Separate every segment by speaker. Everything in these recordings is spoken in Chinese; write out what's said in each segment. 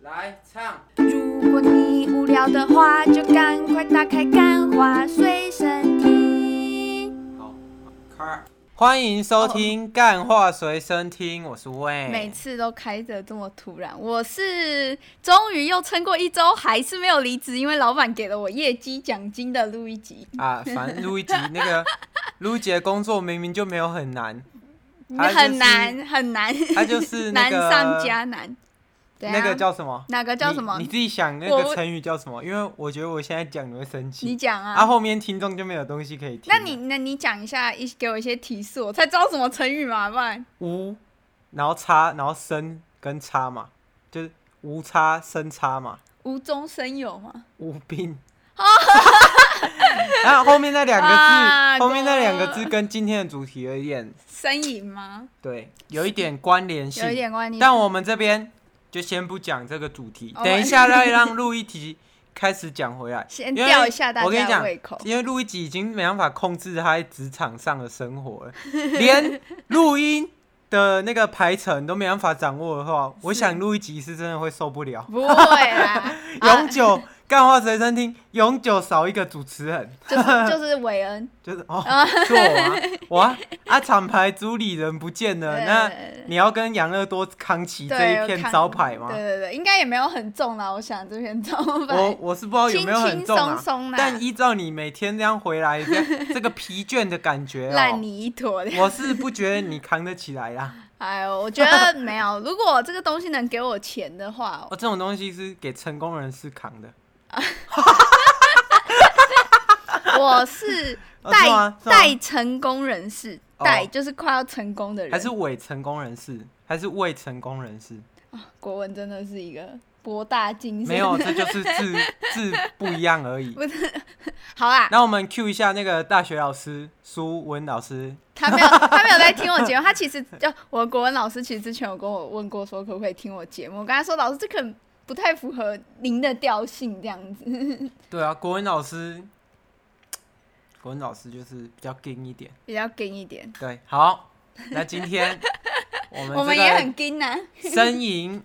Speaker 1: 来唱，
Speaker 2: 如果你无聊的话，就赶快打开《干花随身听
Speaker 1: 好，开。欢迎收听《干话随身听》，我是》。
Speaker 2: 每
Speaker 1: Way。
Speaker 2: 次都开的这么突然，我是终于又撑过一周，还是没有离职，因为老板给了我业绩奖金的录一集。
Speaker 1: 啊，反正录一集那 个录一集的工作明明就没有很难，他就是
Speaker 2: 很难很难，
Speaker 1: 他就是那
Speaker 2: 难
Speaker 1: 个
Speaker 2: 上加难。怎
Speaker 1: 那个
Speaker 2: 样
Speaker 1: 叫什么？
Speaker 2: 哪个啊叫什么
Speaker 1: 你？你自己想那
Speaker 2: 我
Speaker 1: 个成语叫什么？因为我觉得我现在讲你会生
Speaker 2: 你
Speaker 1: 气，
Speaker 2: 讲
Speaker 1: 啊，
Speaker 2: 啊。
Speaker 1: 后面听众就没有东西可以听了。
Speaker 2: 那你那你讲一下，一给我一些提示，我才知道什么成语嘛，不然
Speaker 1: 无，然后差，然后生跟差嘛，就是无差生差嘛，
Speaker 2: 无中生有嘛。
Speaker 1: 无病。
Speaker 2: 哦
Speaker 1: 然后后面 那两个字，
Speaker 2: 啊
Speaker 1: 后面那两个
Speaker 2: 哥
Speaker 1: 字跟今天的主题有一点
Speaker 2: 呻吟吗？
Speaker 1: 对，有一点关联性
Speaker 2: 有一。点关系。
Speaker 1: 但我们这边就先不讲这个主题，
Speaker 2: Oh
Speaker 1: 等一
Speaker 2: my-
Speaker 1: 下再让录一集开始讲回来。
Speaker 2: 先
Speaker 1: 因为
Speaker 2: 吊一下大
Speaker 1: 我跟
Speaker 2: 家
Speaker 1: 你
Speaker 2: 的
Speaker 1: 讲
Speaker 2: 胃口。
Speaker 1: 因为录一集已经没办法控制他在职场上的生活了， 连录音的那个排程都没办法掌握的话，我想录一集是真的会受不了。
Speaker 2: 不会啦，啊
Speaker 1: 永久干话随身听，永久少一个主持人，
Speaker 2: 就是就是韦恩。
Speaker 1: 就是哦，
Speaker 2: 啊
Speaker 1: 是我吗？ 我啊，啊厂牌主理人不见了，呃
Speaker 2: 对
Speaker 1: 那你要跟杨乐多扛起这
Speaker 2: 对
Speaker 1: 一
Speaker 2: 我
Speaker 1: 片
Speaker 2: 看
Speaker 1: 招牌吗
Speaker 2: 对？对对，应该也没有很重啦，我想这篇招
Speaker 1: 我
Speaker 2: 牌
Speaker 1: 我是不知道有
Speaker 2: 轻
Speaker 1: 没有很
Speaker 2: 轻
Speaker 1: 重
Speaker 2: 松
Speaker 1: 啊，
Speaker 2: 松啦，
Speaker 1: 但依照你每天这样回来，这这个疲倦的感觉
Speaker 2: 烂
Speaker 1: 哦，
Speaker 2: 泥一坨的。
Speaker 1: 我是不觉得你扛得起来啊啦。
Speaker 2: 哎呦，我觉得没有，如果这个东西能给我钱 的话，
Speaker 1: 哦，这种东西是给成功人士扛的，
Speaker 2: 我是
Speaker 1: 哦
Speaker 2: 待
Speaker 1: 是吗是吗
Speaker 2: 待成功人士，
Speaker 1: 哦
Speaker 2: 待就是快要成功的人。
Speaker 1: 还是伪成功人士，还是未成功人士？
Speaker 2: 国文真的是一个博大精深。
Speaker 1: 没 有，这就是字字不一样而已。
Speaker 2: 好啦，
Speaker 1: 那我们 Q 一下那个大学老师苏文老师，
Speaker 2: 他 没有，他没有在听我节目。他其实就我国文老师，其实之前有跟我问过，说可不可以听我节目。我跟他说，老师这可能不太符合您的调性，这样子。
Speaker 1: 对啊，国文老师，国文老师就是比较硬一点。
Speaker 2: 比较硬一点。
Speaker 1: 对，好，那今 天我
Speaker 2: 我们
Speaker 1: 们
Speaker 2: 也
Speaker 1: 这
Speaker 2: 很硬啊，
Speaker 1: 个呻吟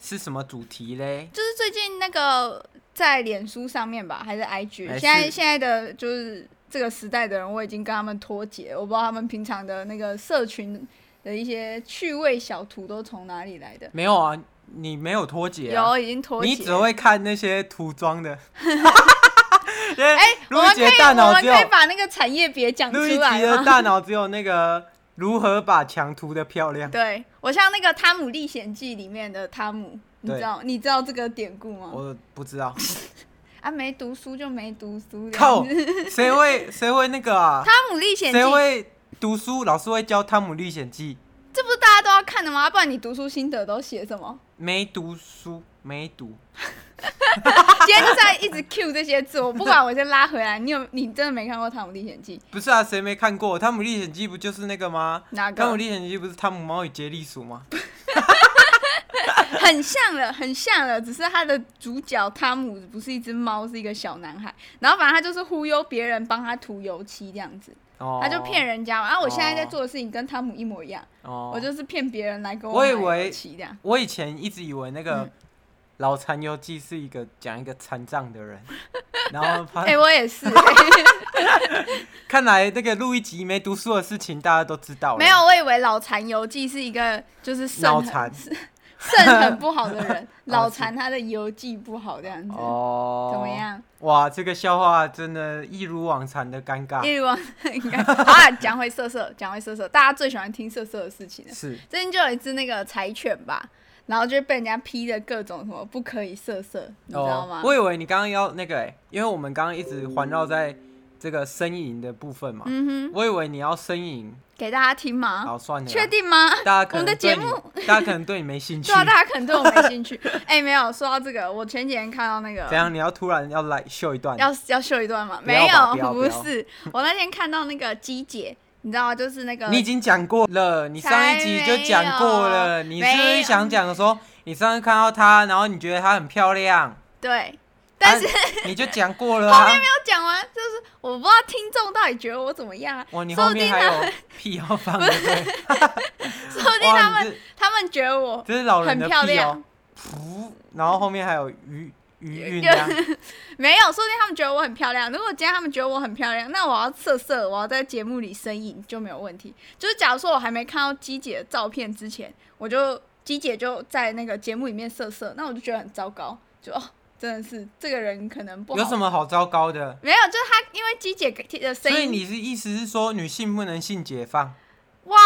Speaker 1: 是什么主题嘞？
Speaker 2: 就是最近那个在脸书上面吧，还是 IG，
Speaker 1: 哎
Speaker 2: 现在
Speaker 1: 是
Speaker 2: 现在的就是这个时代的人，我已经跟他们脱节，我不知道他们平常的那个社群的一些趣味小图都从哪里来的。
Speaker 1: 没有啊，你没有脱节、啊，
Speaker 2: 有已经脱节，
Speaker 1: 你只会看那些涂装 的。 哎
Speaker 2: 哎，我
Speaker 1: 陆
Speaker 2: 们
Speaker 1: 一
Speaker 2: 可以
Speaker 1: 杰大
Speaker 2: 我
Speaker 1: 脑
Speaker 2: 们
Speaker 1: 只有
Speaker 2: 可以把那个产业别讲出
Speaker 1: 陆一
Speaker 2: 来啊
Speaker 1: 杰的
Speaker 2: 吗？
Speaker 1: 大脑只有那个如何把墙涂的漂亮。
Speaker 2: 对我像那个《汤姆历险记》里面的汤姆，你
Speaker 1: 对
Speaker 2: 知道你知道这个典故吗？
Speaker 1: 我不知 道，
Speaker 2: 啊，没读书就没读书。
Speaker 1: 靠
Speaker 2: 这样子，
Speaker 1: 谁会谁会那个啊？
Speaker 2: 汤姆历险记
Speaker 1: 谁》会读书？老师会教《汤姆历险记》，
Speaker 2: 这不是大家都要看的吗？啊不然你读书心得都写什 么？
Speaker 1: 没读书，没读。
Speaker 2: 今天就在一直 cue 这些字，我不管，我先拉回来。你有你真的没看过《汤姆历险记》
Speaker 1: 不是啊，谁没看过《汤姆历险记》？不就是那个吗？
Speaker 2: 哪
Speaker 1: 《汤姆
Speaker 2: 个？
Speaker 1: 历险记》不是汤姆猫与杰利鼠 吗？
Speaker 2: 很像了，很像了，只是他的主角汤姆不是一只猫，是一个小男孩。然后反正他就是忽悠别人帮他涂油漆这样子。
Speaker 1: 哦，
Speaker 2: 他就骗人家嘛。啊然、后我现在在
Speaker 1: 哦
Speaker 2: 做的事情跟汤姆一模一样，
Speaker 1: 哦，
Speaker 2: 我就是骗别人来跟
Speaker 1: 我
Speaker 2: 买
Speaker 1: 以为
Speaker 2: 油漆这样。
Speaker 1: 我以前一直以为那个《
Speaker 2: 嗯
Speaker 1: 老残游记》是一个讲一个残障的 人，然后他、
Speaker 2: 哎、我 也是、欸
Speaker 1: 看来那个录一集没读书的事情大家都知道了。
Speaker 2: 没有，我以为《脑残游记》是一个就是
Speaker 1: 脑
Speaker 2: 肾
Speaker 1: 残
Speaker 2: 很肾很不好的 人，脑残他的游记不好这样子，
Speaker 1: 哦，
Speaker 2: 怎么？样？
Speaker 1: 哇，这个笑话真的，一如往常的尴尬。
Speaker 2: 一如往应该好啊，讲回色色，讲回色色，大家最喜欢听色色的事情了。
Speaker 1: 是，
Speaker 2: 最近就有一只那个柴犬吧，然后就被人家批的各种什么不可以色色，你知道吗？
Speaker 1: 哦我以为你刚刚要那个、欸，因为我们刚刚一直环绕在这个呻吟的部分嘛，
Speaker 2: 嗯哼，
Speaker 1: 我以为你要呻吟，
Speaker 2: 给大家听吗？
Speaker 1: 好算了啦，
Speaker 2: 确定吗？
Speaker 1: 大家可能
Speaker 2: 我们的
Speaker 1: 对
Speaker 2: 节
Speaker 1: 你
Speaker 2: 目，
Speaker 1: 大家可能对你没兴趣
Speaker 2: 对。啊，大家可能对我没兴趣。哎、没有说到这个，我前几天看到那
Speaker 1: 怎
Speaker 2: 个
Speaker 1: 样？你要突然要来秀一段？
Speaker 2: 要要秀一段吗？
Speaker 1: 不要
Speaker 2: 没
Speaker 1: 吧
Speaker 2: 有，
Speaker 1: 不要不
Speaker 2: 不
Speaker 1: 要
Speaker 2: 是。我那天看到那个鸡姐，你知道吗？就是那个
Speaker 1: 你已经讲过了，你上一集就讲过了。
Speaker 2: 才没
Speaker 1: 你
Speaker 2: 有
Speaker 1: 是不是想讲说，你上次看到她，然后你觉得她很漂亮，
Speaker 2: 对，但是
Speaker 1: 啊你就讲过 了啊？
Speaker 2: 要讲完，就是我不知道听众到底觉得我怎么样啊。
Speaker 1: 哇，你
Speaker 2: 说
Speaker 1: 后
Speaker 2: 不定
Speaker 1: 面还
Speaker 2: 他
Speaker 1: 有
Speaker 2: 们，
Speaker 1: 屁要放对不对？
Speaker 2: 说不定他
Speaker 1: 哇，
Speaker 2: 们
Speaker 1: 你
Speaker 2: 他们觉得我
Speaker 1: 这这是老人
Speaker 2: 很
Speaker 1: 的
Speaker 2: 漂
Speaker 1: 屁
Speaker 2: 亮
Speaker 1: 哦。。噗，然后后面还有余余韵 这样，
Speaker 2: 没有，说不定他们觉得我很漂亮。如果今天他们觉得我很漂亮，那我要色色，我要在节目里呻吟就没有问题。就是假如说我还没看到鸡姐的照片之前，我就鸡姐就在那个节目里面色色，那我就觉得很糟糕，就哦，真的是这个人可能不好。
Speaker 1: 有什么好糟糕的？
Speaker 2: 没有，就是他，因为鸡姐给的声
Speaker 1: 所
Speaker 2: 音，
Speaker 1: 以你是意思是说女性不能性解放？
Speaker 2: 哇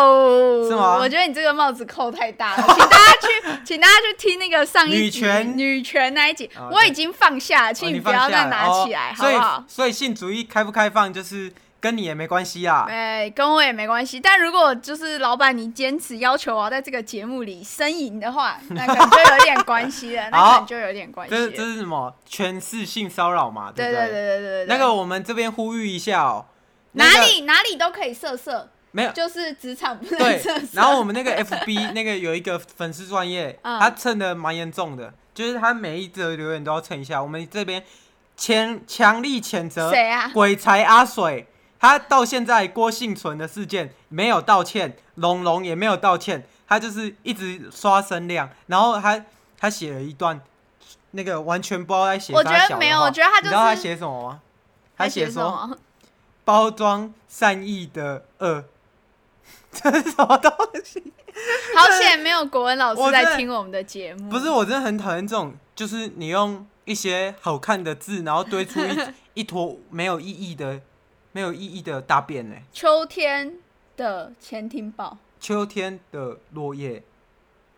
Speaker 2: 哦！
Speaker 1: 是吗
Speaker 2: 我觉得你这个帽子扣太大了，请大家 去，请大家去听那个上一集
Speaker 1: 女权
Speaker 2: 女权那一集，
Speaker 1: 哦
Speaker 2: 我已经放下了，
Speaker 1: 哦
Speaker 2: 请
Speaker 1: 你
Speaker 2: 不
Speaker 1: 放
Speaker 2: 要
Speaker 1: 下
Speaker 2: 再
Speaker 1: 了
Speaker 2: 拿起来，
Speaker 1: 哦、
Speaker 2: 好不好？
Speaker 1: 所以所以性主义开不开放就是跟你也没关系啊。
Speaker 2: 哎，跟我也没关系。但如果就是老板你坚持要求我要在这个节目里呻吟的话，那可能就有点关 系了，那可能就有点关系
Speaker 1: 这
Speaker 2: 了。
Speaker 1: 这是什么？全是性骚扰嘛？
Speaker 2: 对
Speaker 1: 不
Speaker 2: 对对对对对，
Speaker 1: 那个我们这边呼吁一下哦，那
Speaker 2: 哪
Speaker 1: 个
Speaker 2: 里哪里都可以色色，
Speaker 1: 没有？
Speaker 2: 就是职场不能
Speaker 1: 对
Speaker 2: 色色。，
Speaker 1: 然后我们那个 FB 那个有一个粉丝专业，
Speaker 2: 嗯
Speaker 1: 他蹭的蛮严重的，就是他每一则留言都要蹭一下。我们这边强强力谴责
Speaker 2: 谁啊？
Speaker 1: 鬼才阿水，他到现在郭幸存的事件没有道歉，龙龙也没有道歉，他就是一直刷声量，然后他他写了一段那个完全不知道在写啥
Speaker 2: 我觉得
Speaker 1: 小的
Speaker 2: 没有
Speaker 1: 话
Speaker 2: 我觉得他
Speaker 1: 你知道他
Speaker 2: 就是
Speaker 1: 写什么吗？
Speaker 2: 还
Speaker 1: 写
Speaker 2: 什
Speaker 1: 说
Speaker 2: 么？
Speaker 1: 包装善意的恶， 这是什么东西？
Speaker 2: 好险没有国文老师
Speaker 1: 我真的
Speaker 2: 在听我们的节目。
Speaker 1: 不是，我真的很讨厌这种，就是你用一些好看的字，然后堆出一一坨没有意义的、没有意义的大便呢、
Speaker 2: 秋天的前庭报，
Speaker 1: 秋天的落叶，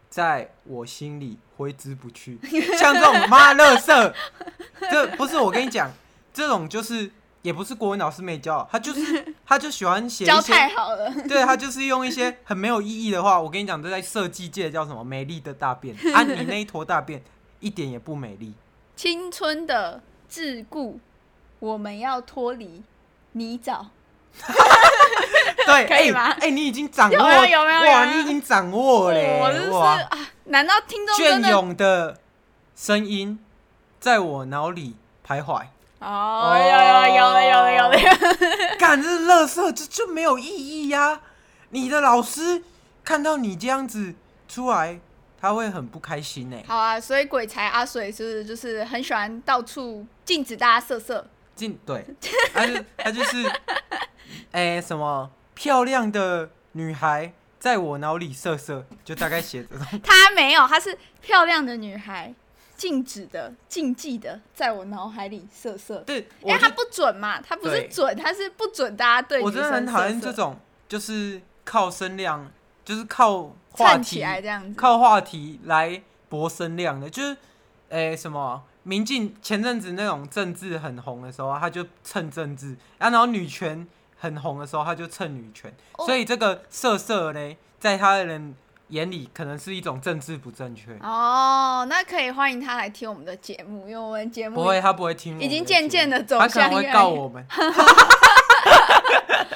Speaker 1: 在我心里挥之不去。像这种妈乐色，这不是我跟你讲，这种就是也不是国文老师没教，他就是他就喜欢写一
Speaker 2: 教
Speaker 1: 些，
Speaker 2: 太好了。
Speaker 1: 对他就是用一些很没有意义的话。我跟你讲，这在设计界叫什么美丽的大便啊！你那一坨大便一点也不美丽。
Speaker 2: 青春的桎梏，我们要脱离泥沼。
Speaker 1: 对，
Speaker 2: 可以
Speaker 1: 哎
Speaker 2: 吗
Speaker 1: 哎、你已经掌握，
Speaker 2: 有没有有没有
Speaker 1: 哇，
Speaker 2: 有没有
Speaker 1: 你已经掌握了
Speaker 2: 我
Speaker 1: 耶，
Speaker 2: 真是
Speaker 1: 哇，
Speaker 2: 啊！难道听众真
Speaker 1: 隽
Speaker 2: 的？
Speaker 1: 永哦的声音在我脑里徘徊。
Speaker 2: 哦，有了有了有了有了有了！
Speaker 1: 哦干，这是垃圾，这就没有意义呀、你的老师看到你这样子出来，他会很不开心呢、
Speaker 2: 好啊，所以鬼才阿水是就是很喜欢到处禁止大家 色色。
Speaker 1: 进对，他就他就是，哎、什么漂亮的女孩在我脑里瑟瑟，就大概写这种。
Speaker 2: 他没有，他是漂亮的女孩，禁止的、禁忌的，在我脑海里色色。
Speaker 1: 对，
Speaker 2: 因
Speaker 1: 我
Speaker 2: 为
Speaker 1: 就
Speaker 2: 哎他不准嘛，他不是
Speaker 1: 对
Speaker 2: 准，他是不准大家对
Speaker 1: 我
Speaker 2: 女
Speaker 1: 真
Speaker 2: 生
Speaker 1: 的很讨厌
Speaker 2: 色
Speaker 1: 这
Speaker 2: 色
Speaker 1: 种，就是靠声量，就是靠话
Speaker 2: 站起
Speaker 1: 题，
Speaker 2: 来这样子。
Speaker 1: 靠话题来博声量的，就是，诶、什么民进前阵子那种政治很红的时候啊，他就蹭政治，啊，然后女权很红的时候，他就蹭女权，
Speaker 2: 哦
Speaker 1: 所以这个色色呢，在他的人眼里可能是一种政治不正确，
Speaker 2: 哦，那可以欢迎他来听我们的节目，因为我们节目
Speaker 1: 不会，他不会听我们
Speaker 2: 嗯已
Speaker 1: 的节目，
Speaker 2: 经渐渐的走
Speaker 1: 他可
Speaker 2: 向
Speaker 1: 能会
Speaker 2: 越来
Speaker 1: 告
Speaker 2: 越
Speaker 1: 我们。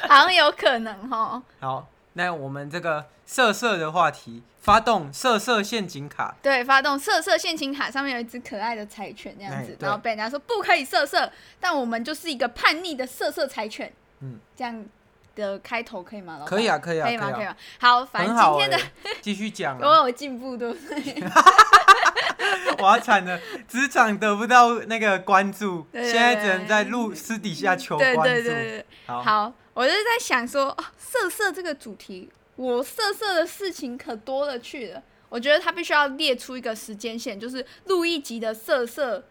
Speaker 2: 好像有可能哦哈。
Speaker 1: 好，那我们这个色色的话题，发动色色陷阱卡。
Speaker 2: 对，发动色色陷阱卡，上面有一只可爱的柴犬这样
Speaker 1: 哎
Speaker 2: 子，
Speaker 1: 对
Speaker 2: 然后被人家说不可以色色，但我们就是一个叛逆的色色柴犬。
Speaker 1: 嗯，
Speaker 2: 这样的开头可以吗？老板
Speaker 1: 可以啊，可以啊，
Speaker 2: 可以吗？可以
Speaker 1: 啊，
Speaker 2: 吗？好，反
Speaker 1: 很
Speaker 2: 正
Speaker 1: 好
Speaker 2: 今
Speaker 1: 欸。
Speaker 2: 天的
Speaker 1: 继续讲
Speaker 2: 我
Speaker 1: 啊，
Speaker 2: 有进步，对不对？
Speaker 1: 我要惨了，职场得不到那个关注，
Speaker 2: 对对
Speaker 1: 现在只能在录私底下求
Speaker 2: 对
Speaker 1: 关
Speaker 2: 对对
Speaker 1: 注。
Speaker 2: 对。
Speaker 1: 好，
Speaker 2: 好，我就是在想说，哦，色色这个主题，我色色的事情可多了去了。我觉得他必须要列出一个时间线，就是录一集的色色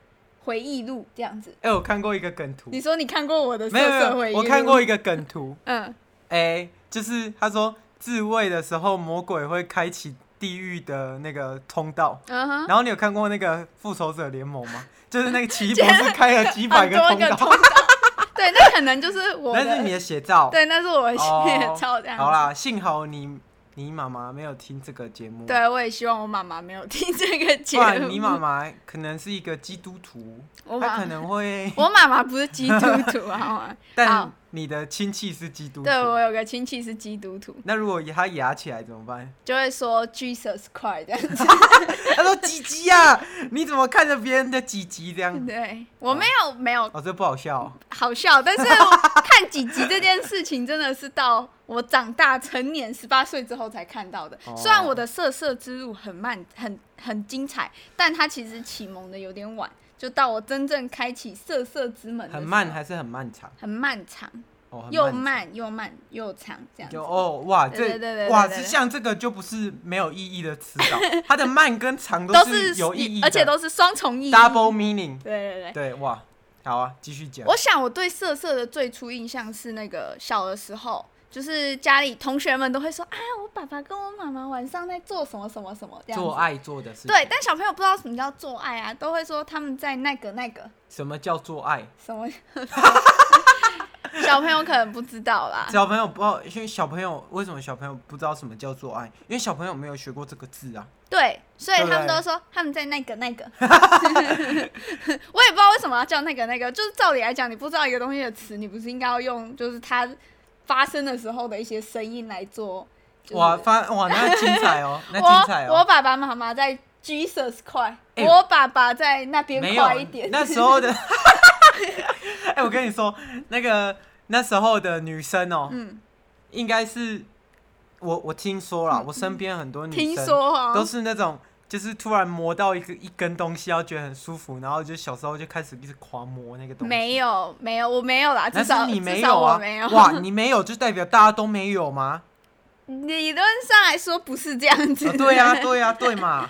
Speaker 2: 回忆录这样子。
Speaker 1: 哎，我看过一个梗图
Speaker 2: 你，说你看过我的色
Speaker 1: 没有没
Speaker 2: 色
Speaker 1: 有
Speaker 2: 回
Speaker 1: 没
Speaker 2: 忆录？
Speaker 1: 有，我看过。一个梗图，
Speaker 2: 嗯，
Speaker 1: 哎，就是他说自慰的时候，魔鬼会开启地狱的那个通道。
Speaker 2: 嗯哼，
Speaker 1: 然后你有看过那个《复仇者联盟》 吗？就是那个奇异博士开了几百
Speaker 2: 很
Speaker 1: 个
Speaker 2: 多
Speaker 1: 通
Speaker 2: 个
Speaker 1: 道，
Speaker 2: 道。对，那可能就是我
Speaker 1: 那是你
Speaker 2: 的。
Speaker 1: 的写照。
Speaker 2: 对，啊那是我的
Speaker 1: 哦
Speaker 2: 超这样子。
Speaker 1: 好啦，幸好你你妈妈没有听这个节目，，
Speaker 2: 对，我也希望我妈妈没有听这个节
Speaker 1: 不然你
Speaker 2: 目。
Speaker 1: 妈妈可能是一个基督徒，
Speaker 2: 我
Speaker 1: 她
Speaker 2: 妈
Speaker 1: 可，能会，
Speaker 2: 我妈妈不是基督徒，好吗？
Speaker 1: 但
Speaker 2: 好
Speaker 1: 你的亲戚是基督徒，
Speaker 2: 对我有个亲戚是基督徒，
Speaker 1: 那如果她牙起来怎么办？
Speaker 2: 就会说 Jesus Christ 这样子。
Speaker 1: 她说鸡鸡 呀，你怎么看着别人的鸡鸡这样？
Speaker 2: 对我没有没有
Speaker 1: 哦，这不好笑哦、
Speaker 2: 好笑，但是我看看几集这件事情真的是到我长大成年十八岁之后才看到的。
Speaker 1: 哦
Speaker 2: 虽然我的色色之路很慢，很很精彩，但它其实启蒙的有点晚，就到我真正开启色色之门的
Speaker 1: 很
Speaker 2: 时
Speaker 1: 慢
Speaker 2: 候
Speaker 1: 还是很漫长？
Speaker 2: 很漫长，
Speaker 1: 哦，很
Speaker 2: 又
Speaker 1: 漫
Speaker 2: 慢又慢又长这样子
Speaker 1: 就。哦哇，
Speaker 2: 对
Speaker 1: 这
Speaker 2: 对对对
Speaker 1: 哇，
Speaker 2: 对对
Speaker 1: 这
Speaker 2: 对
Speaker 1: 像这个就不是没有意义的词藻， 它的慢跟长
Speaker 2: 都
Speaker 1: 是有意义的，
Speaker 2: 而且都是双重意义。
Speaker 1: double meaning。
Speaker 2: 对对对，
Speaker 1: 对，哇，好啊，继续讲。
Speaker 2: 我想我对色色的最初印象是那个小的时候，就是家里同学们都会说啊，我爸爸跟我妈妈晚上在做什么什么什么这样子
Speaker 1: 做。爱做的事，
Speaker 2: 对，，但小朋友不知道什么叫做爱啊，都会说他们在那个那个
Speaker 1: 什么叫做爱？
Speaker 2: 什么。小朋友可能不知道 啦，
Speaker 1: 小朋友不知道，因为小朋友为什么小朋友不知道什么叫做爱？因为小朋友没有学过这个字啊。
Speaker 2: 对，所以
Speaker 1: 对不
Speaker 2: 他们
Speaker 1: 对
Speaker 2: 都说他们在那个 那个，我也不知道为什么要叫那个那个。就是照理来讲，你不知道一个东西的词，你不是应该要用就是它发生的时候的一些声音来做？就是、
Speaker 1: 哇，发哇，那精彩 哦，那精彩
Speaker 2: 我我
Speaker 1: 哦。
Speaker 2: 爸爸妈妈在 Jesus 快，
Speaker 1: 哎
Speaker 2: 我爸爸在那边
Speaker 1: 没
Speaker 2: 快
Speaker 1: 有啊
Speaker 2: 一点。
Speaker 1: 那 时候的，哎、我跟你说，那个那时候的女生哦、
Speaker 2: 嗯，
Speaker 1: 应该是我我听说啦，我身边很多女生
Speaker 2: 嗯听说哦哈、
Speaker 1: 都是那种，就是突然磨到一个一根东西，然后觉得很舒服，然后就小时候就开始一直狂磨那个东西。
Speaker 2: 没有没有，我没有啦，至
Speaker 1: 但
Speaker 2: 少
Speaker 1: 是你没
Speaker 2: 至少
Speaker 1: 有
Speaker 2: 我
Speaker 1: 啊？
Speaker 2: 没有。
Speaker 1: 哇，你没有就代表大家都没有吗？
Speaker 2: 理论上来说不是这样 子。
Speaker 1: 啊对呀、啊，对呀、啊，对嘛。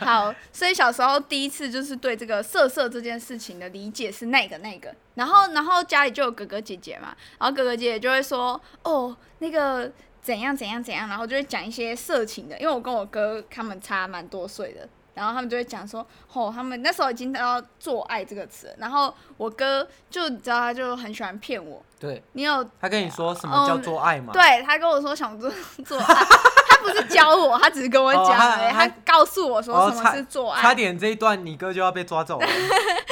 Speaker 2: 好，所以小时候第一次就是对这个色色这件事情的理解是那个那个，然后然后家里就有哥哥姐姐嘛，然后哥哥姐姐就会说哦那个怎样怎样怎样，然后就会讲一些色情的，因为我跟我哥他们差蛮多岁的。然后他们就会讲说，哦，他们那时候已经到“做爱”这个词了，然后我哥就你知道，他就很喜欢骗我。
Speaker 1: 对
Speaker 2: 你有
Speaker 1: 他跟你说什么叫做爱吗？
Speaker 2: 哦对他跟我说想做 做爱，他不是教我，他只是跟我
Speaker 1: 哦
Speaker 2: 讲
Speaker 1: 他
Speaker 2: 而已，
Speaker 1: 他
Speaker 2: 他告诉我说
Speaker 1: 哦
Speaker 2: 什么
Speaker 1: 差
Speaker 2: 是做爱。
Speaker 1: 差点这一段你哥就要被抓 走了。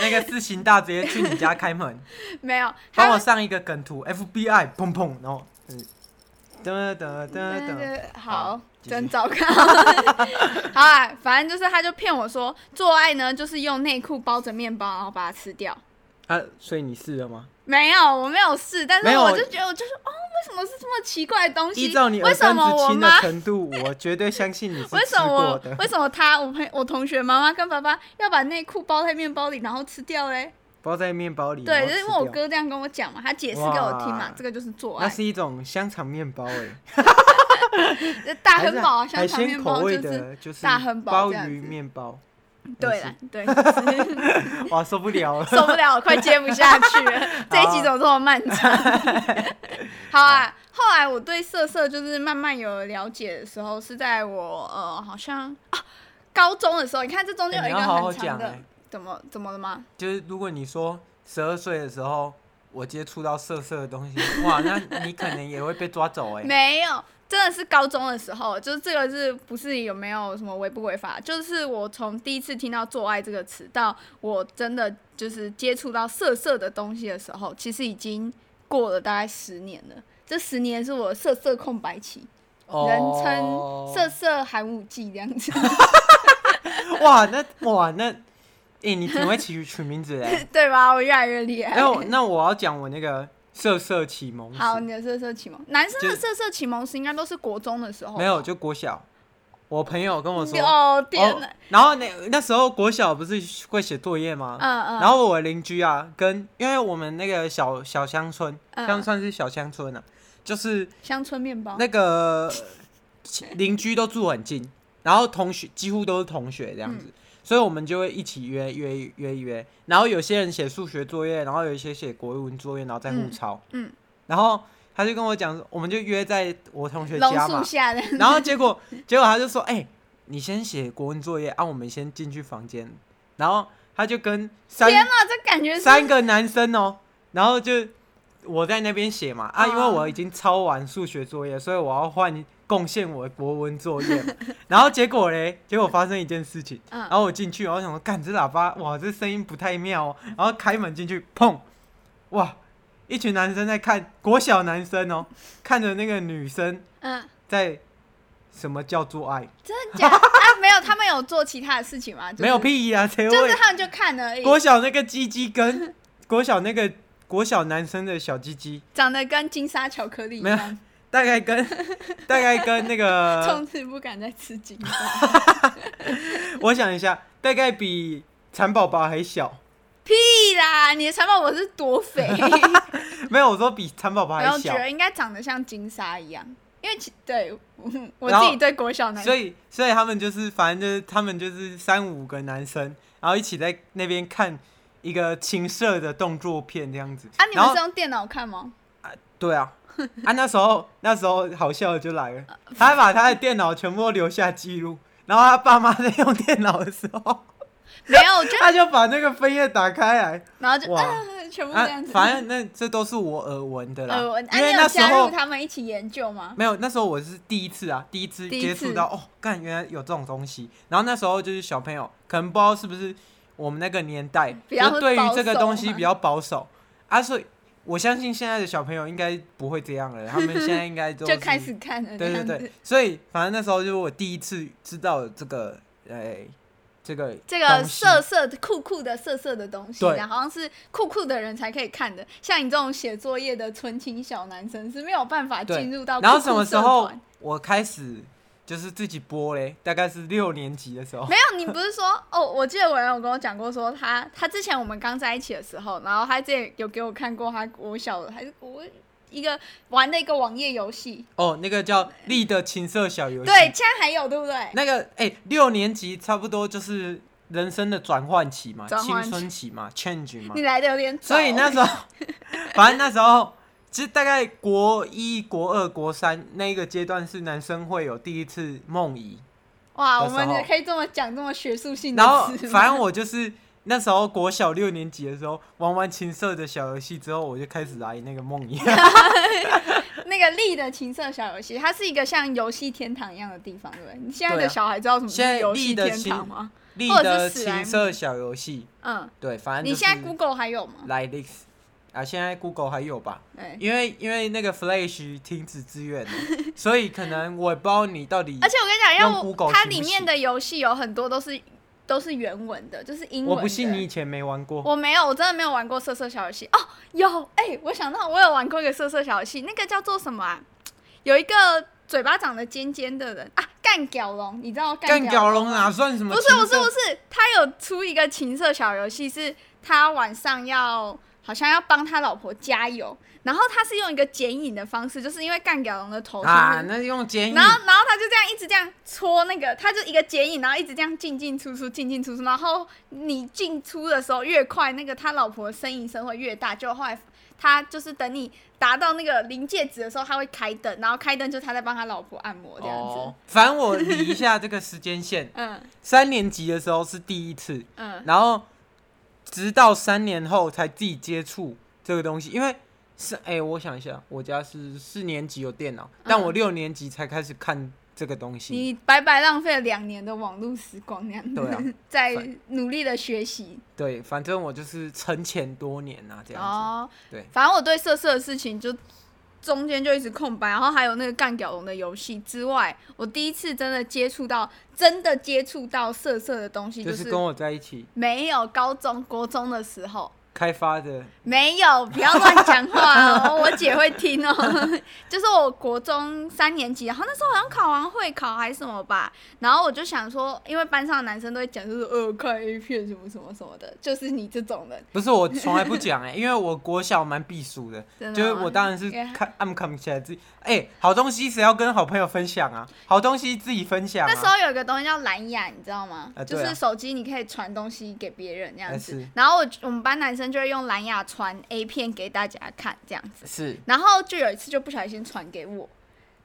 Speaker 1: 那个是刑大直接去你家开门，
Speaker 2: 没有， 他
Speaker 1: 帮我
Speaker 2: 们
Speaker 1: 上一个梗图，FBI 砰砰，然后嗯，噔噔噔
Speaker 2: 对
Speaker 1: 噔，
Speaker 2: 对好
Speaker 1: 好，继续
Speaker 2: 真糟糕。 好啊，反正就是他就骗我说做爱呢，就是用内裤包着面包，然后把它吃掉。
Speaker 1: 啊，所以你试了吗？
Speaker 2: 没有，我没有试，但
Speaker 1: 没
Speaker 2: 是
Speaker 1: 有
Speaker 2: 我就觉得，我就是哦，为什么是这么奇怪的东西？
Speaker 1: 依照你
Speaker 2: 为
Speaker 1: 耳
Speaker 2: 什
Speaker 1: 根子
Speaker 2: 么我
Speaker 1: 清的
Speaker 2: 妈？
Speaker 1: 程度，我绝对相信你是
Speaker 2: 为
Speaker 1: 吃
Speaker 2: 什
Speaker 1: 过
Speaker 2: 么
Speaker 1: 的？。
Speaker 2: 为什么他我朋我同学妈妈跟爸爸要把内裤包在面包里，然后吃掉嘞？
Speaker 1: 包在面包里，然
Speaker 2: 对，
Speaker 1: 后
Speaker 2: 就是
Speaker 1: 吃
Speaker 2: 因为我
Speaker 1: 掉，
Speaker 2: 哥这样跟我讲嘛，他解释给我听嘛
Speaker 1: 哇，
Speaker 2: 这个就是做
Speaker 1: 那
Speaker 2: 爱，
Speaker 1: 是一种香肠面包哎，
Speaker 2: 大
Speaker 1: 还
Speaker 2: 汉
Speaker 1: 是
Speaker 2: 堡啊，香
Speaker 1: 海
Speaker 2: 肠面
Speaker 1: 鲜口
Speaker 2: 包
Speaker 1: 味
Speaker 2: 就是，
Speaker 1: 的，就是
Speaker 2: 大汉堡
Speaker 1: 鲍
Speaker 2: 这样
Speaker 1: 鱼
Speaker 2: 子
Speaker 1: 面包。
Speaker 2: 对
Speaker 1: 了
Speaker 2: 了，，对，
Speaker 1: 哇，受不 了了。
Speaker 2: 受不了，快接不下去 了。这一集怎么这么漫长？好啊，后来我对色色就是慢慢有了解的时候，是在我呃好像啊高中的时候。你看这中间
Speaker 1: 哎
Speaker 2: 有
Speaker 1: 你
Speaker 2: 一个
Speaker 1: 要好好
Speaker 2: 很长
Speaker 1: 讲
Speaker 2: 的，
Speaker 1: 哎，
Speaker 2: 怎么怎么了吗？
Speaker 1: 就是如果你说十二岁的时候。我接触到色色的东西，哇，那你可能也会被抓走哎、
Speaker 2: 没有，真的是高中的时候，就是这个是不是有没有什么违不违法？就是我从第一次听到“做爱”这个词，到我真的就是接触到色色的东西的时候，其实已经过了大概十年了。这十年是我的色色空白期，
Speaker 1: 哦
Speaker 2: 人称色色寒武纪这样子。
Speaker 1: 色，哇，那哇那，哎、你挺会取取名字 哎、
Speaker 2: 对吧？我越来越厉害。
Speaker 1: 哎、我那我要讲我那个色色启蒙史，
Speaker 2: 好，你的色色启蒙，男生
Speaker 1: 就
Speaker 2: 的色色启蒙是应该都是国中的时候吧，
Speaker 1: 没有就国小，我朋友跟我说，
Speaker 2: 哦天哪
Speaker 1: 哦，然后那那时候国小不是会写作业吗？
Speaker 2: 嗯嗯，
Speaker 1: 哦然后我邻居啊，跟因为我们那个小小乡村，
Speaker 2: 嗯
Speaker 1: 乡村是小乡村啊，就是
Speaker 2: 乡村面包，
Speaker 1: 那个呃邻居都住很近，然后同学几乎都是同学这样
Speaker 2: 嗯
Speaker 1: 子，所以我们就会一起约约约一约。然后有些人写数学作业，然后有一些写国文作业，然后再互
Speaker 2: 嗯
Speaker 1: 抄。
Speaker 2: 嗯
Speaker 1: 然后他就跟我讲，我们就约在我同学
Speaker 2: 榕
Speaker 1: 家嘛
Speaker 2: 树，下的，
Speaker 1: 然后结果结果他就说：“哎、你先写国文作业啊，我们先进去房间。”然后他就跟三
Speaker 2: 天哪，这感觉是
Speaker 1: 三个男生哦，然后就我在那边写嘛啊，
Speaker 2: 哦
Speaker 1: 因为我已经抄完数学作业，所以我要换贡献我的国文作业 嘛。然后结果嘞，结果发生一件事情，
Speaker 2: 嗯
Speaker 1: 然后我进去，然后想说，干这喇叭，哇，这声音不太妙哦。然后开门进去，砰，哇，一群男生在看国小男生哦，看着那个女生
Speaker 2: 嗯，
Speaker 1: 在什么叫做爱，
Speaker 2: 真 的假的？啊，没有，他们有做其他的事情吗？就是
Speaker 1: 没有，屁呀、谁
Speaker 2: 就
Speaker 1: 会？
Speaker 2: 是他们就看而已。
Speaker 1: 国小那个鸡鸡跟国小那个国小男生的小鸡鸡，
Speaker 2: 长得跟金沙巧克力一
Speaker 1: 没有呃
Speaker 2: 样，
Speaker 1: 大概 跟大概跟那个，
Speaker 2: 从此不敢再吃金 沙。
Speaker 1: 我想一下，大概比蚕宝宝还小。
Speaker 2: 屁啦！你的蚕宝宝是 多肥？
Speaker 1: 没有，我说比蚕宝宝
Speaker 2: 我
Speaker 1: 还
Speaker 2: 又
Speaker 1: 小
Speaker 2: 觉。得应该长得像金沙一样，因为其对我我
Speaker 1: 然
Speaker 2: 自
Speaker 1: 后
Speaker 2: 己对国小男
Speaker 1: 所以，所以他们就是，反正就是他们就是三五个男生，然后一起在那边看一个情色的动作片这样子。
Speaker 2: 啊，你
Speaker 1: 然
Speaker 2: 们
Speaker 1: 后
Speaker 2: 是用电脑看吗？
Speaker 1: 对 啊，啊那时候那时候好笑的就来
Speaker 2: 呃
Speaker 1: 了，他还把他的电脑全部都留下记录，然后他爸妈在用电脑的时 候，
Speaker 2: 没有，我就
Speaker 1: 他就把那个扉页打开来，
Speaker 2: 然后就
Speaker 1: 啊哇
Speaker 2: 啊，全部这
Speaker 1: 啊
Speaker 2: 样，子。
Speaker 1: 反正那这都是我耳闻的啦，
Speaker 2: 呃，我啊
Speaker 1: 因为
Speaker 2: 你
Speaker 1: 那
Speaker 2: 有
Speaker 1: 时
Speaker 2: 加入
Speaker 1: 候
Speaker 2: 他们一起研究吗？
Speaker 1: 没有，那时候我是第一次啊，第一次
Speaker 2: 第一
Speaker 1: 接
Speaker 2: 次
Speaker 1: 触到哦，干原来有这种东西。然后那时候就是小朋友，可能不知道是不是我们那个年代，
Speaker 2: 比较
Speaker 1: 就对于
Speaker 2: 保
Speaker 1: 这个
Speaker 2: 守
Speaker 1: 东西
Speaker 2: 嘛
Speaker 1: 比较保守啊，所以我相信现在的小朋友应该不会这样 了，他们现在应该都
Speaker 2: 就是开始看了，
Speaker 1: 对对对，，所以反正那时候就是我第一次知道这个，哎、这个
Speaker 2: 这个
Speaker 1: 东西
Speaker 2: 色色的酷酷的色色的东西，
Speaker 1: 对
Speaker 2: 然后好像是酷酷的人才可以看的。像你这种写作业的纯情小男生是没有办法
Speaker 1: 对
Speaker 2: 进入到酷
Speaker 1: 然
Speaker 2: 酷
Speaker 1: 后
Speaker 2: 社
Speaker 1: 什
Speaker 2: 团。
Speaker 1: 么时候我开始就是自己播嘞？大概是六年级的时候
Speaker 2: 没，有，你不是说 哦？我记得有人有跟我讲过说他他之前我们刚在一起的时候，然后他之前有给我看过他国小的还是国一个玩的一个网页游戏，
Speaker 1: 哦，那个叫《力的情色小游戏》
Speaker 2: 对，，现在还有对不对？
Speaker 1: 那个哎、六年级差不多就是人生的转换期嘛，
Speaker 2: 转
Speaker 1: 青
Speaker 2: 换期
Speaker 1: 春期嘛，change 嘛
Speaker 2: 你，来的有点早，
Speaker 1: 所以 那时候，反正那时候。其实大概国一、国二、国三那个阶段是男生会有第一次梦遗，
Speaker 2: 哇，
Speaker 1: 那
Speaker 2: 我们
Speaker 1: 时候
Speaker 2: 也可以这么讲这么学术性的
Speaker 1: 然后
Speaker 2: 词吗，
Speaker 1: 反正我就是那时候国小六年级的时候玩完情色的小游戏之后，我就开始来那个 梦魇。
Speaker 2: 那个力的情色小游戏，它是一个像游戏天堂一样的地方，对不对？你现在
Speaker 1: 对
Speaker 2: 的
Speaker 1: 啊
Speaker 2: 小孩知道什么
Speaker 1: 现在
Speaker 2: 是游戏
Speaker 1: 力的
Speaker 2: 天
Speaker 1: 情
Speaker 2: 堂吗？
Speaker 1: 力
Speaker 2: 或者
Speaker 1: 的
Speaker 2: 是史莱姆
Speaker 1: 情色小游戏，
Speaker 2: 嗯，
Speaker 1: 对，反正
Speaker 2: 你
Speaker 1: 就是
Speaker 2: 现在 Google 还有吗？
Speaker 1: 来 Lix 啊，现在 Google 还有吧？
Speaker 2: 对，
Speaker 1: 因为因为那个 Flash 停止支援 了，所以可能我也不知道你到底，
Speaker 2: 而且我跟你讲，要
Speaker 1: 用 Google
Speaker 2: 我它
Speaker 1: 行不
Speaker 2: 里面
Speaker 1: 行
Speaker 2: 的游戏有很多都是都是原文的，就是英文。
Speaker 1: 我不信你以，前没玩过。
Speaker 2: 我没有，我真的没有玩过色色小游戏。哦，有，哎、我想到我有玩过一个色色小游戏，那个叫做什么啊？有一个嘴巴长得尖尖的人啊，干屌龙，你知道
Speaker 1: 干屌
Speaker 2: 屌
Speaker 1: 龙
Speaker 2: 啊？
Speaker 1: 哪算什么
Speaker 2: 不
Speaker 1: 情色？
Speaker 2: 是不是不是，他有出一个情色小游戏，是他晚上要好像要帮他老婆加油，然后他是用一个剪影的方式，就是因为干屌龙的头
Speaker 1: 啊，
Speaker 2: 是
Speaker 1: 那用剪影
Speaker 2: 然后，然后他就这样一直这样戳那个，他就一个剪影，然后一直这样进进出出，进进出出。然后你进出的时候越快，那个他老婆的呻吟声会越大。就后来他就是等你达到那个临界值的时候，他会开灯，然后开灯就是他在帮他老婆按摩这样子。，
Speaker 1: 哦，反正我理一下这个时间线
Speaker 2: 嗯
Speaker 1: 三年级的时候是第一次，
Speaker 2: 嗯，
Speaker 1: 然后直到三年后才自己接触这个东西，因为是哎、我想一下，我家是四年级有电脑，但我六年级才开始看这个东西。
Speaker 2: 嗯你白白浪费了两年的网络时光，那样子。
Speaker 1: 对啊
Speaker 2: 在努力的学习。
Speaker 1: 对，反正我就是沉潜多年啊，这样子。
Speaker 2: 哦，
Speaker 1: 对
Speaker 2: 反正我对色色的事情就中间就一直空白，然后还有那个干屌龙的游戏之外，我第一次真的接触到真的接触到色色的东西，
Speaker 1: 就
Speaker 2: 就是
Speaker 1: 跟我在一起
Speaker 2: 没有高中国中的时候。
Speaker 1: 开发的，
Speaker 2: 没有，不要乱讲话 哦，我姐会听哦。 就是我国中三年级，然后那时候好像考完会考还是什么吧，然后我就想说，因为班上的男生都会讲，就是呃看 A 片什么什么什么的，就是你这种人，
Speaker 1: 不是我从来不讲 哎、因为我国小蛮避暑的，
Speaker 2: 真的
Speaker 1: 就是
Speaker 2: 吗
Speaker 1: 我当然是
Speaker 2: 也
Speaker 1: 看暗看起来自己哎、好东西谁要跟好朋友分享啊？好东西自己分享、啊。
Speaker 2: 那时候有一个东西叫蓝牙，你知道吗？
Speaker 1: 啊
Speaker 2: 就
Speaker 1: 对啊
Speaker 2: 是手机你可以传东西给别人那样
Speaker 1: 啊
Speaker 2: 子
Speaker 1: 是。
Speaker 2: 然后我我们班男生就会用蓝牙传 A 片给大家看这样子。
Speaker 1: 是
Speaker 2: 然后就有一次就不小心传给我，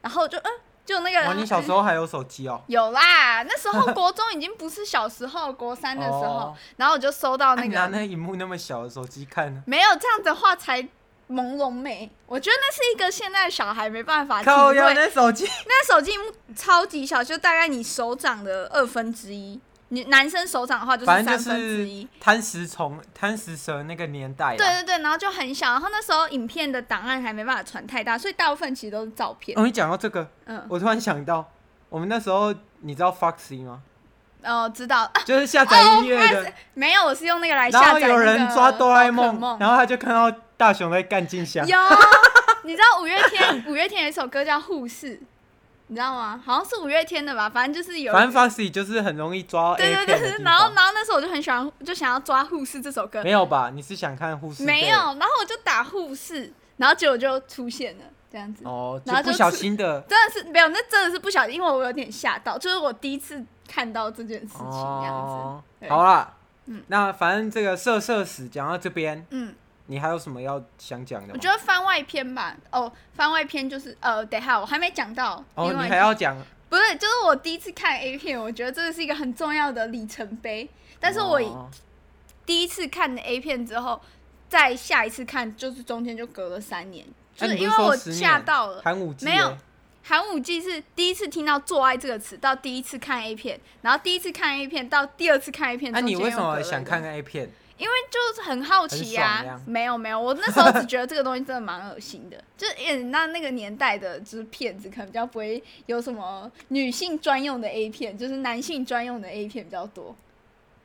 Speaker 2: 然后就嗯、就那
Speaker 1: 哇，
Speaker 2: 个
Speaker 1: 你小时候还有手机哦、
Speaker 2: 有啦，那时候国中已经不是小时候，国三的时候，
Speaker 1: 哦
Speaker 2: 然后我就收到
Speaker 1: 啊
Speaker 2: 那
Speaker 1: 你拿
Speaker 2: 个
Speaker 1: 那荧幕那么小的手机看呢？
Speaker 2: 没有这样的话才朦胧美，我觉得那是一个现在的小孩没办法体
Speaker 1: 靠
Speaker 2: 会
Speaker 1: 要那手机，
Speaker 2: 那手机屏幕超级小，就大概你手掌的二分之一。你男生手掌的话就是
Speaker 1: 反
Speaker 2: 三
Speaker 1: 正
Speaker 2: 分
Speaker 1: 就
Speaker 2: 之
Speaker 1: 是
Speaker 2: 一。
Speaker 1: 贪食虫、贪食蛇那个年代啦。
Speaker 2: 对对对，然后就很小，然后那时候影片的档案还没办法传太大，所以大部分其实都是照片。
Speaker 1: 哦，你讲到这个，
Speaker 2: 嗯，
Speaker 1: 我突然想到，我们那时候你知道 Foxy 吗？
Speaker 2: 哦，知道、啊，
Speaker 1: 就是下载音乐的，
Speaker 2: 没有，我是用那个来
Speaker 1: 然
Speaker 2: 下
Speaker 1: 后
Speaker 2: 载。
Speaker 1: 有人抓哆啦 A 梦，
Speaker 2: 然后
Speaker 1: 然后他就看到大雄在干静香，
Speaker 2: 有，你知道五月天五月天有一首歌叫《护士》，你知道吗？好像是五月天的吧，反正就是有一。
Speaker 1: 反正 Foxy 就是很容易抓到 A
Speaker 2: 对对
Speaker 1: 片
Speaker 2: 对，
Speaker 1: 的
Speaker 2: 对
Speaker 1: 地
Speaker 2: 然后
Speaker 1: 方
Speaker 2: 然后那时候我就很喜欢，就想要抓《护士》这首歌，
Speaker 1: 没有吧？你是想看护士？
Speaker 2: 没有，。然后我就打护士，然后结果就出现了这样子。
Speaker 1: 哦，就
Speaker 2: 然后
Speaker 1: 不
Speaker 2: 就
Speaker 1: 小
Speaker 2: 是
Speaker 1: 心的
Speaker 2: 真的是没有，那真的是不小心，因为我有点吓到，就是我第一次看到这件事情这样子。
Speaker 1: 哦
Speaker 2: 对
Speaker 1: 好啦，
Speaker 2: 嗯
Speaker 1: 那反正这个社社死讲到这边，
Speaker 2: 嗯，
Speaker 1: 你还有什么要想讲的
Speaker 2: 我
Speaker 1: 吗？
Speaker 2: 觉得番外篇吧，哦，番外篇就是呃，等一下我还没讲到
Speaker 1: 哦，
Speaker 2: 另外一
Speaker 1: 你
Speaker 2: 个
Speaker 1: 还要讲
Speaker 2: 不是，就是我第一次看 A 片，我觉得这是一个很重要的里程碑。但是我
Speaker 1: 哦
Speaker 2: 第一次看的 A 片之后，再下一次看，就是中间就隔了三年，就
Speaker 1: 哎
Speaker 2: 是
Speaker 1: 你不是
Speaker 2: 因为
Speaker 1: 说
Speaker 2: 我
Speaker 1: 10
Speaker 2: 吓
Speaker 1: 年
Speaker 2: 到了。
Speaker 1: 寒武纪
Speaker 2: 没有
Speaker 1: 耶
Speaker 2: 寒武纪是第一次听到“做爱”这个词，到第一次看 A 片，然后第一次看 A 片到第二次看 A 片，
Speaker 1: 那、
Speaker 2: 哎中
Speaker 1: 啊你
Speaker 2: 间
Speaker 1: 为
Speaker 2: 又
Speaker 1: 什
Speaker 2: 隔了
Speaker 1: 么
Speaker 2: 一
Speaker 1: 想
Speaker 2: 个
Speaker 1: 看 A 片？
Speaker 2: 因为就是很好奇呀、
Speaker 1: 很爽呀
Speaker 2: 没有没有，我那时候只觉得这个东西真的蛮恶心的， 就是嗯，那那个年代的，就是骗子可能比较不会有什么女性专用的 A 片，就是男性专用的 A 片比较多。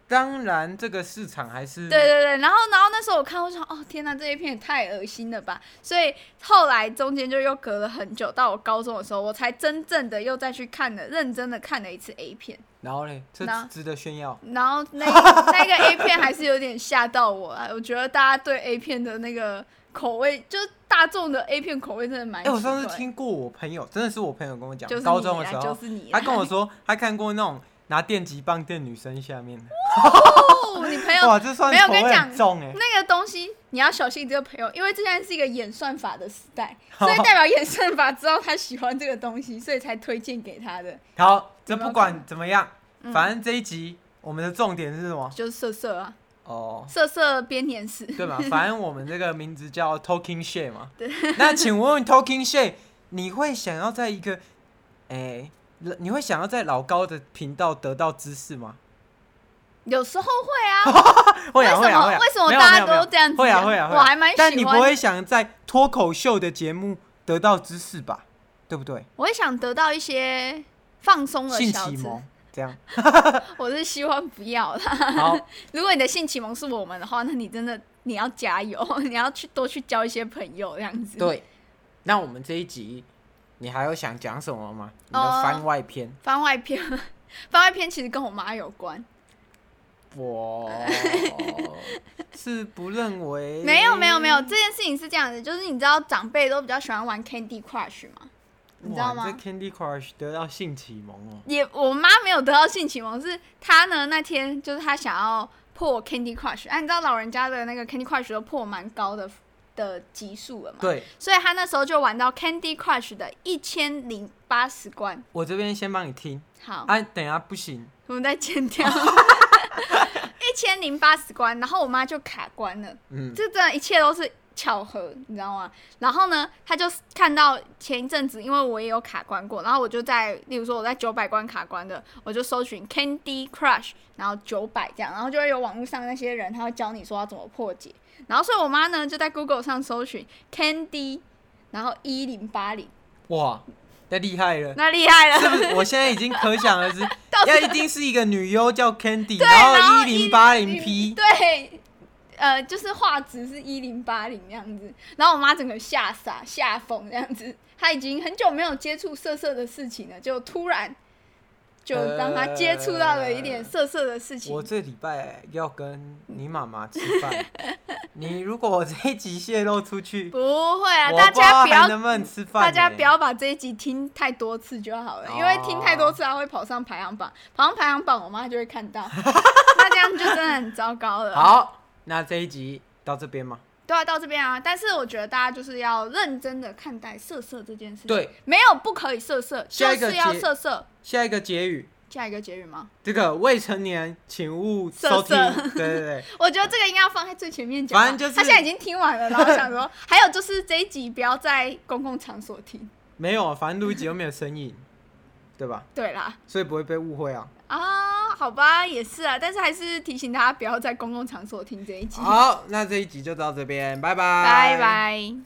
Speaker 1: 当然，这个市场还是
Speaker 2: 对对对，然后然后那时候我看，我想哦天哪，这 A 片也太恶心了吧！所以后来中间就又隔了很久，到我高中的时候，我才真正的又再去看了，认真的看了一次 A 片。
Speaker 1: 然后嘞，这
Speaker 2: 那
Speaker 1: 值得炫耀。
Speaker 2: 然后那 那个 A 片还是有点吓到我啊！我觉得大家对 A 片的那个口味，就是大众的 A 片口味真的蛮
Speaker 1: 哎、
Speaker 2: 奇怪……
Speaker 1: 我上次听过我朋友，真的是我朋友跟我讲，
Speaker 2: 就是你啊
Speaker 1: 高中的时候，
Speaker 2: 就是你啊，
Speaker 1: 他跟我说他看过那种拿电击棒电女生下面的，
Speaker 2: 哦，你朋友
Speaker 1: 哇，这算
Speaker 2: 没有
Speaker 1: 口
Speaker 2: 跟你
Speaker 1: 味
Speaker 2: 讲
Speaker 1: 很重哎、
Speaker 2: 那个东西你要小心你这个朋友，因为这现在是一个演算法的时 代，
Speaker 1: 好
Speaker 2: 所以代表演算法知道他喜欢这个东西，所以才推荐给他的，
Speaker 1: 好，这
Speaker 2: 有没有
Speaker 1: 不
Speaker 2: 可能
Speaker 1: 管怎么样，
Speaker 2: 嗯
Speaker 1: 反正这一集我们的重点是什么？
Speaker 2: 就是色色啊，
Speaker 1: 哦，
Speaker 2: 色色编年史。
Speaker 1: 对 吧？反正我们这个名字叫 Talking Shit 嘛。 那请问 Talking Shit，你会想要在一个，哎、你会想要在老高的频道得到知识吗？
Speaker 2: 有时候会啊，
Speaker 1: 会啊
Speaker 2: 为
Speaker 1: 会
Speaker 2: 什
Speaker 1: 啊会
Speaker 2: 么
Speaker 1: 啊！
Speaker 2: 为什么
Speaker 1: 没有
Speaker 2: 大
Speaker 1: 没
Speaker 2: 家
Speaker 1: 有没有
Speaker 2: 都这样子
Speaker 1: 会啊
Speaker 2: 讲？
Speaker 1: 会啊会啊
Speaker 2: 我还蛮喜欢
Speaker 1: 但
Speaker 2: 的。
Speaker 1: 你不会想在脱口秀的节目得到知识吧？对不对？
Speaker 2: 我也想得到一些放松的
Speaker 1: 性
Speaker 2: 小
Speaker 1: 启
Speaker 2: 子，
Speaker 1: 蒙这 样。
Speaker 2: 我是希望不要啦。
Speaker 1: 好，
Speaker 2: 如果你的性启蒙是我们的话，那你真的你要加油， 你要去多去交一些朋友这样子。，
Speaker 1: 对。那我们这一集，你还有想讲什么吗？你的
Speaker 2: 呃
Speaker 1: 番外篇，
Speaker 2: 番外篇， 番外篇其实跟我妈有关。
Speaker 1: 我是不认为
Speaker 2: 没有没有没有，这件事情是这样子，就是你知道长辈都比较喜欢玩 Candy Crush 吗？你知道
Speaker 1: 哇
Speaker 2: 吗？
Speaker 1: 这 Candy Crush 得到性启蒙哦，
Speaker 2: 也我妈没有得到性启蒙，是她呢那天就是她想要破 Candy Crush，哎、啊，你知道老人家的那个 Candy Crush 都破蛮高的的级数了嘛？
Speaker 1: 对
Speaker 2: 所以他那时候就玩到 Candy Crush 的一千零八十关。
Speaker 1: 我这边先帮你听，
Speaker 2: 好，
Speaker 1: 啊，等一下不行，
Speaker 2: 我们再剪掉。一千零八十关，然后我妈就卡关了，
Speaker 1: 嗯，
Speaker 2: 这真的一切都是巧合，你知道吗？然后呢，她就看到前一阵子，因为我也有卡关过，然后我就在，例如说我在九百关卡关的，我就搜寻 Candy Crush，然后九百这样，然后就会有网络上那些人，他会教你说要怎么破解。然后所以我妈呢就在 Google 上搜寻 Candy，然后一零八零。
Speaker 1: 哇，太厉害 了。
Speaker 2: 那厉害
Speaker 1: 是
Speaker 2: 了，
Speaker 1: 不是？我现在已经可想而知，
Speaker 2: 到
Speaker 1: 要一定是一个女优叫 Candy，
Speaker 2: 对，然后
Speaker 1: 后一零八零 P，
Speaker 2: 对，呃，就是画质是一零八零那样子。然后我妈整个吓傻、吓疯这样子，她已经很久没有接触色色的事情了，就突然就让她接触到了一点色色的事情。
Speaker 1: 呃我这礼拜要跟你妈妈吃 饭，你如果我这一集泄露出去，
Speaker 2: 不会啊，
Speaker 1: 我
Speaker 2: 大家
Speaker 1: 不
Speaker 2: 不
Speaker 1: 知道还
Speaker 2: 要
Speaker 1: 能不能吃饭、
Speaker 2: 大家不。要把这一集听太多次就好了，因为
Speaker 1: 哦
Speaker 2: 听太多次它会跑上排行榜，跑上排行榜我妈就会看到， 那这样就真的很糟糕了。
Speaker 1: 好，那这一集到这边吗？
Speaker 2: 对啊，到这边啊，但是我觉得大家就是要认真的看待色色这件事情。
Speaker 1: 对，
Speaker 2: 没有不可以色色，就
Speaker 1: 下一个
Speaker 2: 是要
Speaker 1: 结
Speaker 2: 色色。
Speaker 1: 下一个结语，
Speaker 2: 下一个结语吗？
Speaker 1: 这个未成年请勿收听。
Speaker 2: 色色
Speaker 1: 对对对，
Speaker 2: 我觉得这个应该要放在最前面讲吧。啊
Speaker 1: 反正就是
Speaker 2: 他现在已经听完了，然后 想说，还有就是这一集不要在公共场所听。
Speaker 1: 没有，啊反正录一集又没有声音，对吧？
Speaker 2: 对啦，
Speaker 1: 所以不会被误会啊。
Speaker 2: 啊，好吧，也是啊，但是还是提醒大家不要在公共场所听这一集。
Speaker 1: 好，那这一集就到这边，拜拜，
Speaker 2: 拜。拜。